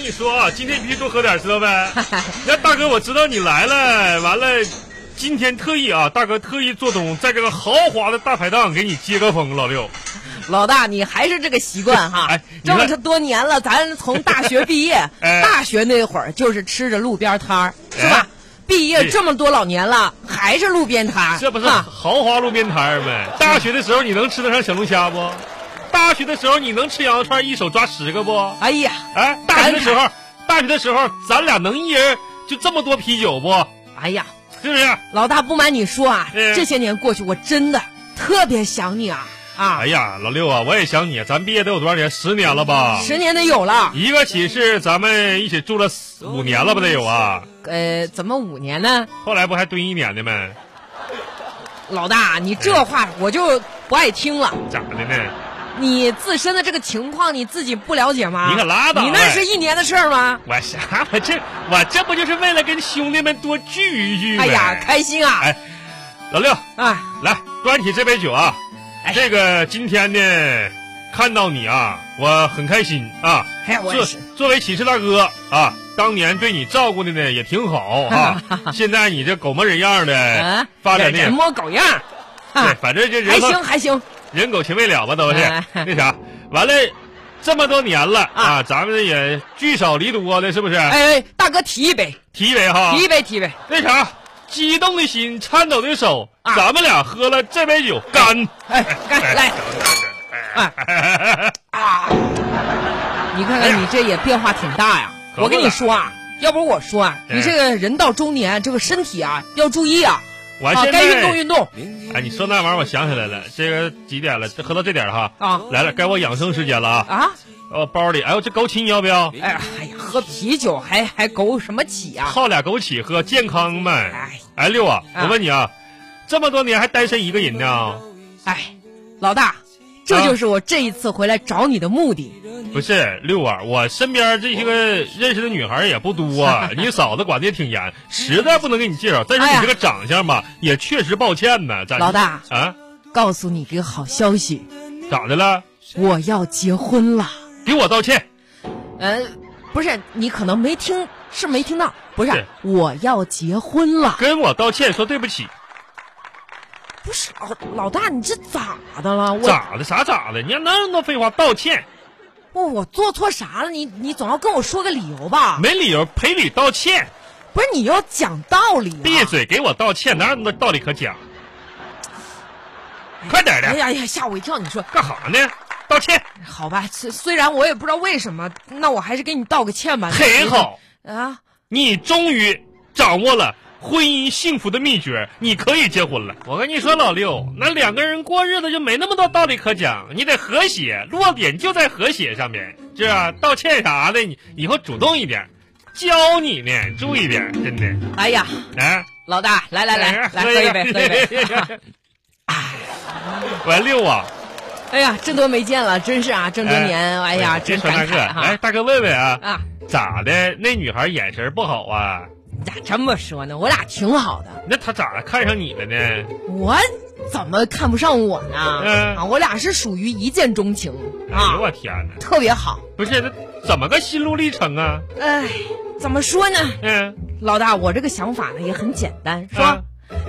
你说啊，今天必须多喝点，知道呗？那大哥，我知道你来了，完了，今天特意啊，大哥特意做东，在这个豪华的大排档给你接个风，老六。老大，你还是这个习惯哈， 哎你这看么这多年了，咱从大学毕业， 哎大学那会儿就是吃着路边摊儿，是哎？吧毕业对这么多老年了，还是路边摊儿，这不是哈豪华路边摊儿呗？大学的时候你能吃得上小龙虾不？大学的时候你能吃羊肉串一手抓十个不？哎呀，哎，大学的时候，大学的时候咱俩能一人就这么多啤酒不？哎呀，是不是？老大，不瞒你说啊，嗯这些年过去，我真的特别想你啊啊哎！呀，老六啊，我也想你，咱毕业得有多少年？十年了吧？十年得有了，一个寝室，咱们一起住了四五年了吧？得有啊。呃，怎么五年呢？后来不还蹲一年的吗？老大，你这话我就不爱听了。咋的呢？你自身的这个情况你自己不了解吗？你可拉倒你那呗是一年的事儿吗？我啥？我这我这不就是为了跟兄弟们多聚一聚吗？哎呀，开心啊！哎老六，哎，来，端起这杯酒啊！这个今天呢，看到你啊，我很开心啊。哎呀，我也作是。作为寝室大哥啊，当年对你照顾的呢也挺好啊。 现在你这狗模人样的啊，，哎发展的也人模狗样儿，对啊，反正这还人和行还行。人狗情未了吧，都是哎那啥。完了，这么多年了啊，咱们也聚少离多的，是不是？哎，哎大哥提一杯，提一杯哈提，一杯，提一杯。那啥，激动的心，颤抖的手，啊咱们俩喝了这杯酒，干！哎，干来啊！你看哎看呀你这也变化挺大呀。可不我跟你咋说啊，要不是我说啊，哎你这个人到中年，这个身体啊要注意啊， 我啊现在该运动运动哎，你说那玩意儿，我想起来了，这个几点了？这喝到这点儿哈，啊来了，该我养生时间了啊！啊！我包里，哎呦，这枸杞你要不要？哎呀，哎呀，喝啤酒还还枸什么起啊？泡俩枸杞喝，健康呗哎。哎，六啊，啊我问你啊，这么多年还单身一个人呢？哎，老大，这啊就是我这一次回来找你的目的。不是六啊，我身边这些个哦认识的女孩儿也不多、 啊，你嫂子管的也挺严，实在不能给你介绍。再说哎你呀这个长相吧，也确实抱歉呢。咱老大啊，告诉你个好消息，咋的了？我要结婚了。给我道歉。呃，不是，你可能没听，是没听到，不对是，我要结婚了。跟我道歉，说对不起，不是老老大，你这咋的了？我咋的？啥咋的？你哪有那么多废话？道歉我我做错啥了？你你总要跟我说个理由吧？没理由，赔礼道啊歉，不是，你要讲道理、啊。闭！嘴，给我道歉，哪有那么多道理可讲？快点哎的，呀哎哎呀，吓我一跳！你说干啥呢？道歉，好吧，虽虽然我也不知道为什么，那我还是给你道个歉吧。很好。啊！你终于掌握了婚姻幸福的秘诀，你可以结婚了。我跟你说，老六，那两个人过日子就没那么多道理可讲，你得和谐，落点就在和谐上面，是啊，道歉啥的，你以后主动一点，教你呢，注意点，真的。啊哎呀，来，老大，来哎来来来喝一 杯，喝一杯。啊我六啊，哎呀，这多没见了，真是啊，这么多年，哎呀，别真说感大慨哥，来，哈大哥问问啊，啊！咋的？那女孩眼神不好啊？咋这么说呢？我俩挺好的，那她咋看上你了呢？我怎么看不上我呢？嗯啊，我俩是属于一见钟情哎呦啊，我天哪！特别好。不是，那怎么个心路历程啊？哎，怎么说呢，嗯老大，我这个想法呢也很简单，是吧啊？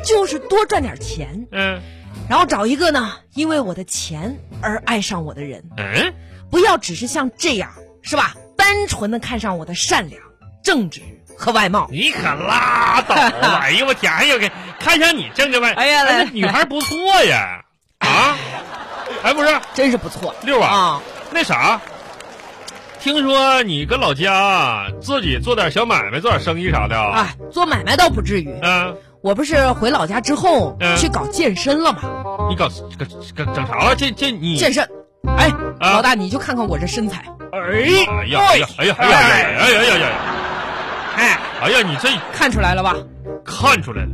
就是多赚点钱，嗯然后找一个呢，因为我的钱而爱上我的人，嗯，不要只是像这样，是吧？单纯的看上我的善良、正直和外貌。你可拉倒吧！哎呦我天，哎呦给看上你正着呗！哎呀来那女孩不错呀，啊，哎不是真是不错。六啊啊，那啥，听说你跟老家自己做点小买卖，做点生意啥的啊？啊，做买卖倒不至于。嗯，我不是回老家之后、嗯去搞健身了吗？你搞搞搞整啥了？这这你健身，哎，啊老大你就看看我这身材，哎呀哎呀哎呀哎呀哎呀哎呀哎呀！哎，哎呀，你这看出来了吧？看出来了，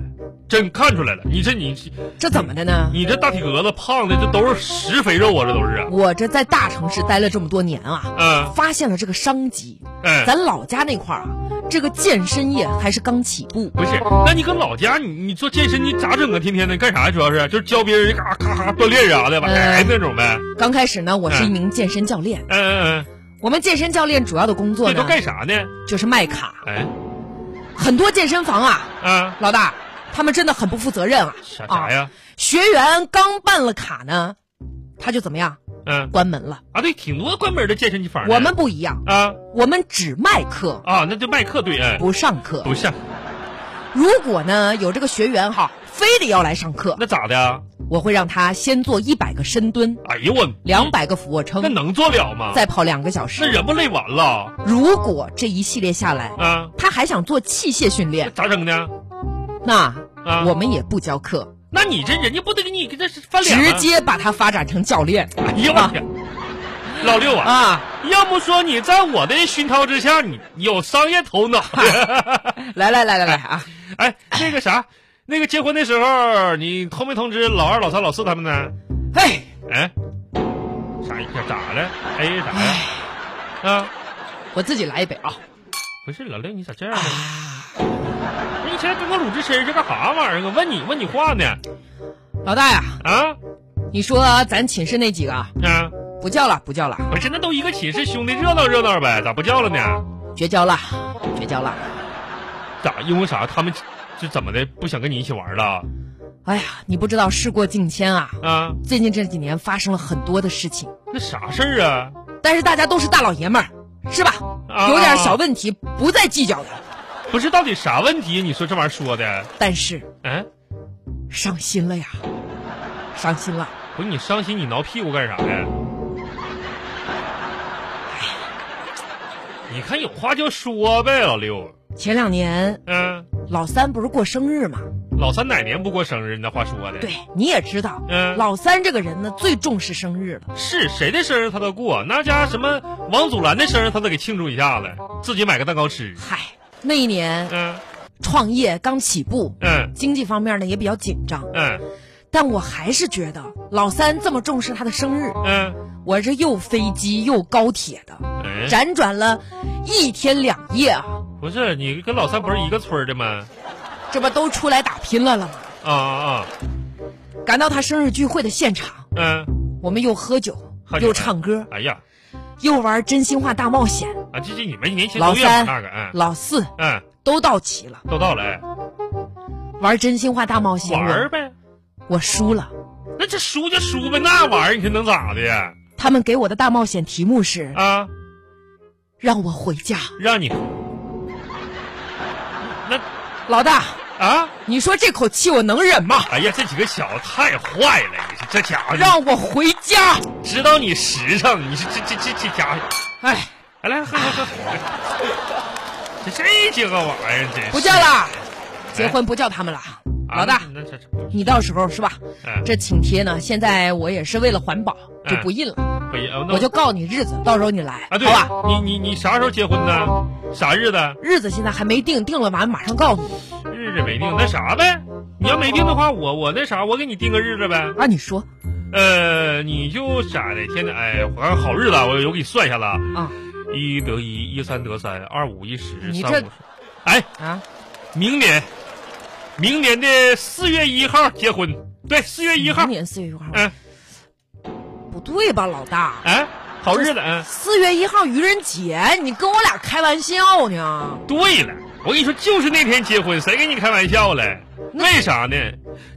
真看出来了，你这你这这怎么的呢？你这大体格子胖的，这都是实肥肉啊，这都是啊。我这在大城市待了这么多年啊，嗯，发现了这个商机。哎，咱老家那块儿啊，这个健身业还是刚起步。不是，那你搁老家，你你做健身，你咋整啊？天天的干啥呀？主要是就是教别人嘎咔咔锻炼啥的吧，嗯哎那种呗。刚开始呢，我是一名健身教练，嗯嗯我们健身教练主要的工作这都呢，干啥呢？就是卖卡。哎，很多健身房啊，啊，老大，他们真的很不负责任啊！啥啥啊？呀？学员刚办了卡呢，他就怎么样，嗯关门了。啊，对，挺多关门的健身房呢。我们不一样，啊我们只卖课啊，那就卖课对，哎，不上课。不是，如果呢有这个学员哈，非得要来上课，那咋的呀？我会让他先做一百个深蹲，哎呦我，两百个俯卧那撑，能做了吗？再跑两个小那时。人不累完了如果这一系列下来，啊？他还想做器械训那练，咋整呢？那啊，我们也不教课，那你这人家不得给你给这翻脸直吗？接啊把他发展成教练哎呦我天，老六啊，啊！要不说你在我的熏陶之下，你有商业头脑。来来来来来啊！哎，那个啥，那个结婚的时候，你通没通知老二、老三、老四他们呢？哎，哎，啥呀？咋了？哎啥呀？啊，我自己来一杯啊！不是老六，你咋这样呢？你现在跟我鲁智深这干啥玩意儿啊？问你问你话呢？老大呀，啊你说咱寝室那几个啊啊！不叫了，不叫了，不是，那都一个寝室，兄弟热闹热闹呗，咋不叫了呢？绝交了，绝交了。咋？因为啥？他们是怎么的？不想跟你一起玩了？哎呀，你不知道事过境迁啊！啊？最近这几年发生了很多的事情，那啥事儿啊？但是大家都是大老爷们儿，是吧？啊有点小问题不再计较了，不是，到底啥问题？你说这玩意儿说的？但是哎，伤心了呀，伤心了。不是你伤心，你挠屁股干啥 呀？你看有话就说呗，老六。前两年嗯、老三不是过生日吗？老三哪年不过生日？你那话说的。对，，你也知道，嗯老三这个人呢最重视生日了。是谁的生日他都过，那家什么王祖蓝的生日他都给庆祝一下子，自己买个蛋糕吃。嗨，那一年嗯创业刚起步，嗯经济方面呢也比较紧张，嗯但我还是觉得老三这么重视他的生日，嗯我这又飞机又高铁的，嗯，辗转了一天两夜啊，不是你跟老三不是一个村儿的吗？这不都出来打拼了了吗？啊啊赶到他生日聚会的现场，嗯，我们又喝酒，喝酒又唱歌，哎呀又玩真心话大冒险。啊，这这你们年轻老都愿玩那三、个，嗯老四嗯，都到齐了，都到了，哎玩真心话大冒险，玩儿呗。我我输了。那这输就输呗，那玩意儿你说能咋的呀？他们给我的大冒险题目是啊，让我回家。让你那老大，啊，你说这口气我能忍吗？哎呀，这几个小子太坏了，你说这家伙，让我回家！知道你实诚，你说这这这这家伙，哎，来来喝喝喝，这这几个玩意儿真是不叫了，结婚不叫他们了。哎啊老大，那这这你到时候是吧？嗯这请帖呢，现在我也是为了环保就不印了，不一样，那我就告你日子，到时候你来，啊，对好吧？你你你啥时候结婚呢？啥日子？日子现在还没定，定了完马上告你。日子没定，那啥呗。你要没定的话，我我那啥，我给你定个日子呗。啊，你说呃，你就咋的？天哪，哎，我看好日子啊，我我给你算一下子啊，啊一得一，一三得三，二五一十，你三这五十。哎，啊，明年，明年的四月一号结婚，对，四月哎一号明，年四月一号，嗯，不对吧，老大？哎，好日子，嗯，四月一号愚人节，你跟我俩开玩笑呢？对了，我跟你说，就是那天结婚，谁跟你开玩笑了？那为啥呢？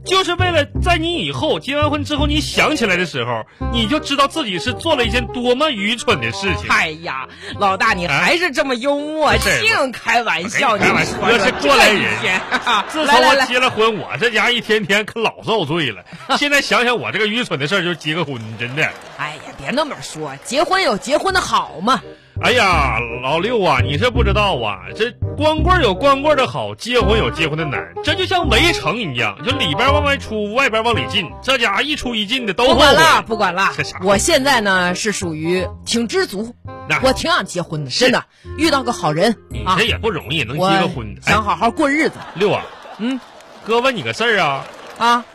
就是为了在你以后结完婚之后，你想起来的时候，你就知道自己是做了一件多么愚蠢的事情。哎呀，老大，啊你还是这么幽默，对我净开玩笑，我跟你开玩笑你说我是过来人这一天啊自来从来我来，结了婚，我这家一天天可老受罪 了。现在想想我这个愚蠢的事儿，就是结个婚，真的。哎呀，别那么说，结婚有结婚的好嘛。哎呀，老六啊，你是不知道啊，这光棍有光棍的好，结婚有结婚的难，这就像围城一样，就里边往外出，外边往里进，这家伙一出一进的都不后管悔。了，不管了这啥，我现在呢是属于挺知足，那我挺想结婚的，真的，遇到个好人你啊这，也不容易，能结我个婚。哎想，好好过日子六啊，嗯，哥问你个事儿啊，啊。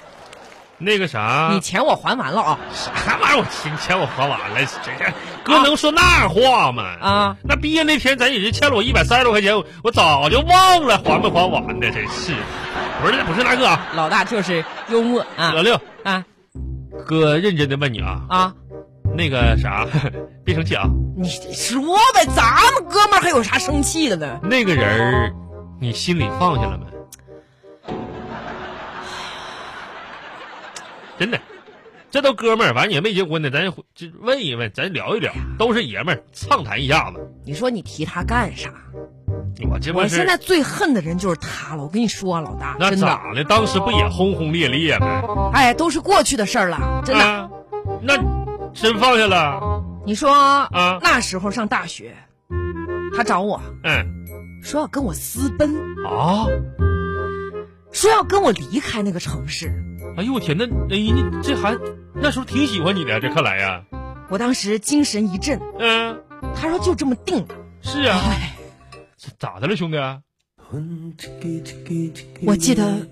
那个啥你，钱我还完了啊啥玩意儿？我钱钱我还完了，这哥能说那话吗？啊！那毕业那天，咱也是欠了我一百三十多块钱，我我早就忘了还没还完呢，真是。不是不是大哥啊， 老大就是幽默啊老六，啊哥认真的问你啊，啊！那个啥， 别生气啊，你说呗，咱们哥们儿还有啥生气的呢？那个人儿，你心里放下了没？ 真的，这都哥们儿，反正也没结婚呢，咱就问一问，咱聊一聊，都是爷们儿，畅谈一下子。你说你提他干啥？我这不我是现在最恨的人就是他了。我跟你说啊，老大，那真的，咋的？当时不也轰轰烈烈吗？哎，都是过去的事儿了，真的。啊那真放下了？你说啊那时候上大学，他找我嗯说要跟我私奔，啊，说要跟我离开那个城市。哎呦我天，那哎你这还那时候挺喜欢你的呀，这看来呀，我当时精神一振，嗯、他说就这么定了。是啊，哎，这咋的了兄弟啊？我记得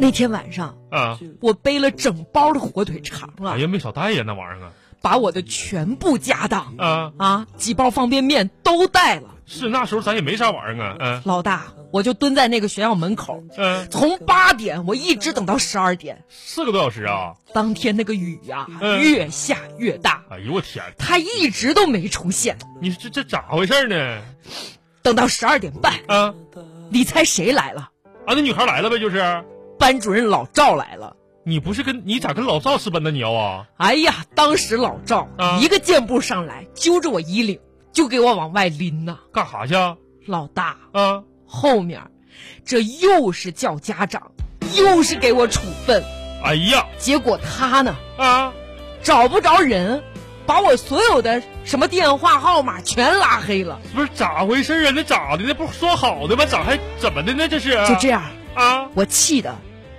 那天晚上，啊我背了整包的火腿肠哎啊，呀没少带呀那玩意儿啊把我的全部家当啊啊，几包方便面都带了。是那时候咱也没啥玩意儿啊，嗯、老大，我就蹲在那个学校门口，嗯、从八点我一直等到十二点。四个多小时啊，当天那个雨呀、嗯越下越大，哎呦我天，他一直都没出现。你这这咋回事呢？等到十二点半，啊你猜谁来了？啊那女孩来了呗就是，班主任老赵来了。你不是跟你咋跟老赵私奔的你要啊？哎呀，当时老赵、啊一个箭步上来，揪着我衣领就给我往外拎呐。干啥去啊？老大，啊后面这又是叫家长，又是给我处分。哎呀结果他呢啊！找不着人，把我所有的什么电话号码全拉黑了。不是咋回事啊？那咋的？那不是说好的吗？咋还怎么的呢？这是就这样，啊？我气的，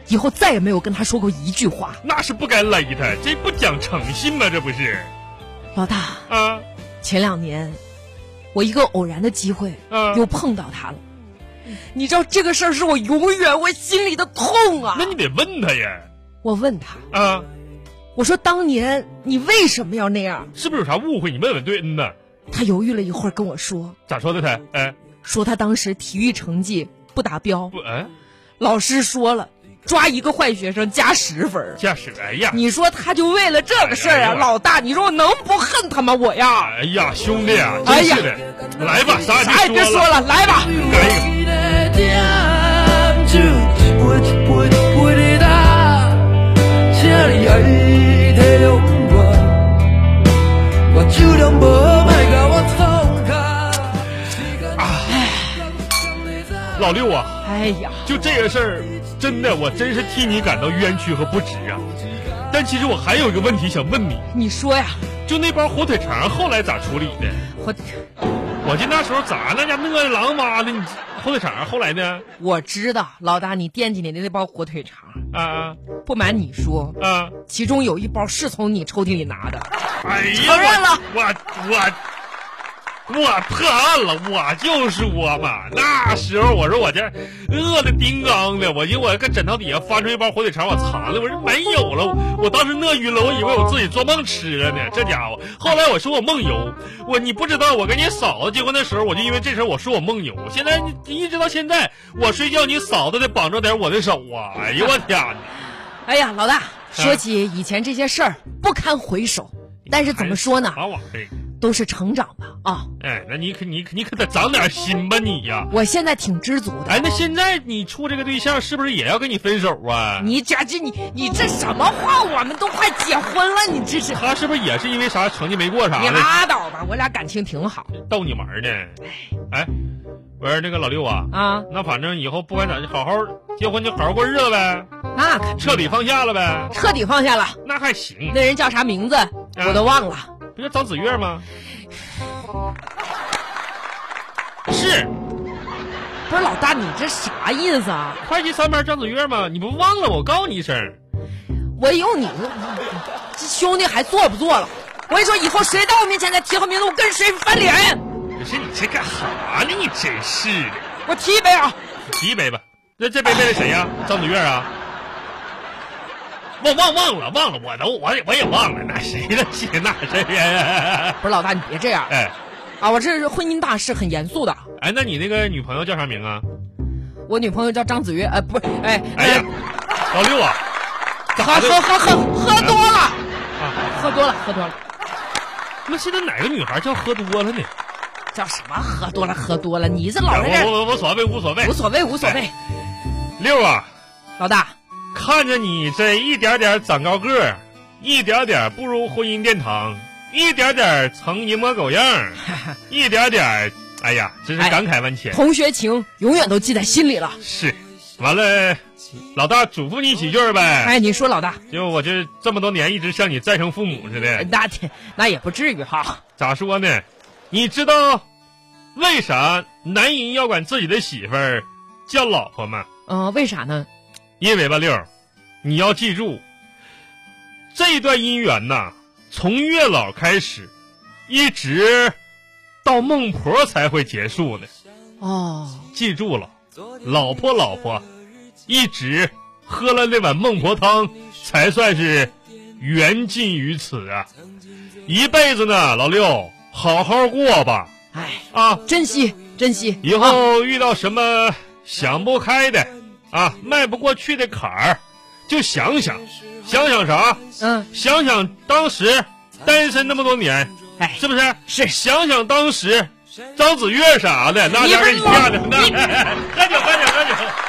以后再也没有跟他说过一句话。那是不该勒他，这不讲诚信吗？这不是老大，啊前两年我一个偶然的机会啊！又碰到他了，你知道这个事儿是我永远我心里的痛啊那。你得问他呀我问他，啊！我说当年你为什么要那样？是不是有啥误会？你问问对，嗯呐，他犹豫了一会儿跟我说，咋说的他？哎说他当时体育成绩不达标，不哎，老师说了，抓一个坏学生加十分儿。驾驶哎呀你说他就为了这个事儿哎呀啊，老大，你说我能不恨他吗？我呀，哎呀兄弟啊，哎真呀是的，来吧，啥啥也也别别说了，哎了，来吧。来一个。老六啊，哎呀，就这个事儿，真的，我真是替你感到冤屈和不值啊。但其实我还有一个问题想问你，你说呀，就那包火腿肠后来咋处理的？我我记得那时候咋那家饿得狼哇的，你火腿肠后来呢？我知道，老大，你惦记你的那包火腿肠，啊不瞒你说，啊！其中有一包是从你抽屉里拿的。哎呀，承认了我我我我破案了，我就说 嘛，那时候我说我这饿的叮当的，我寻我搁枕头底下翻出一包火腿肠，我藏了，我说没有了，我我当时饿晕了，我以为我自己做梦吃了呢，这家伙。后来我说我梦游，我你不知道，我跟你嫂子结婚的时候，我就因为这事儿我说我梦游，现在你一直到现在，我睡觉你嫂子得绑着点我的手啊，哎呦我天哪！哎呀，老大，嗯说起以前这些事儿，不堪回首。但是怎么说呢，还我这个。都是成长吧啊！哎，那你可你可你可得长点心吧你呀、我现在挺知足的。哎，那现在你处这个对象是不是也要跟你分手啊？你这这你你这什么话？我们都快结婚了，你这是他是不是也是因为啥成绩没过啥你的拉倒吧！我俩感情挺好逗你玩呢？哎，我说那个老六啊，啊，那反正以后不管咋地，好好结婚就好好过日子呗，那可彻底放下了呗，彻底放下了。那还行。那人叫啥名字嗯我都忘了。不叫张子越吗？是不是老大，你这啥意思啊？会计三班张子越吗？你不忘了我告诉你一声，我用你，这兄弟还做不做了？我跟你说，以后谁到我面前再提我名字，我跟谁翻脸！不是你这干啥呢？你真是的。我提一杯啊！提一杯吧。那这杯为了谁呀、张子月啊？忘忘忘了忘了，我都我也我也忘了，那谁的谁那谁呀？不是老大，你别这样哎啊！我这是婚姻大事，很严肃的。哎，那你那个女朋友叫啥名啊？我女朋友叫张子越，呃，不是，哎，哎呀，老六啊，喝咋的喝喝喝喝多了，啊？喝多了，喝多了。那现在哪个女孩叫喝多了呢？叫什么？喝多了，喝多了，你这老我人家我我无所谓，无所谓无。所谓，无所谓。六啊，老大，看着你这一点点长高个儿，一点点步入婚姻殿堂，一点点成人模狗样儿， 一点点，哎呀，真是哎感慨万千。同学情永远都记在心里了。是，完了，老大嘱咐你几句儿呗。哎，你说老大，就我这这么多年一直像你再生父母似的，那那也不至于哈。咋说呢？你知道为啥男人要管自己的媳妇儿叫老婆吗？嗯、为啥呢？因为吧，六儿，你要记住，这段姻缘呐，从月老开始，一直到孟婆才会结束呢。哦，记住了，老婆老婆，一直喝了那碗孟婆汤，才算是缘尽于此啊！一辈子呢，老六，好好过吧哎，啊！珍惜珍惜，以后遇到什么想不开的啊，迈不过去的坎儿，就想想，想想啥？嗯，想想当时单身那么多年，哎，是不是？是想想当时，张子越啥的，那家给你你不是吓的，那 喝酒喝酒喝酒。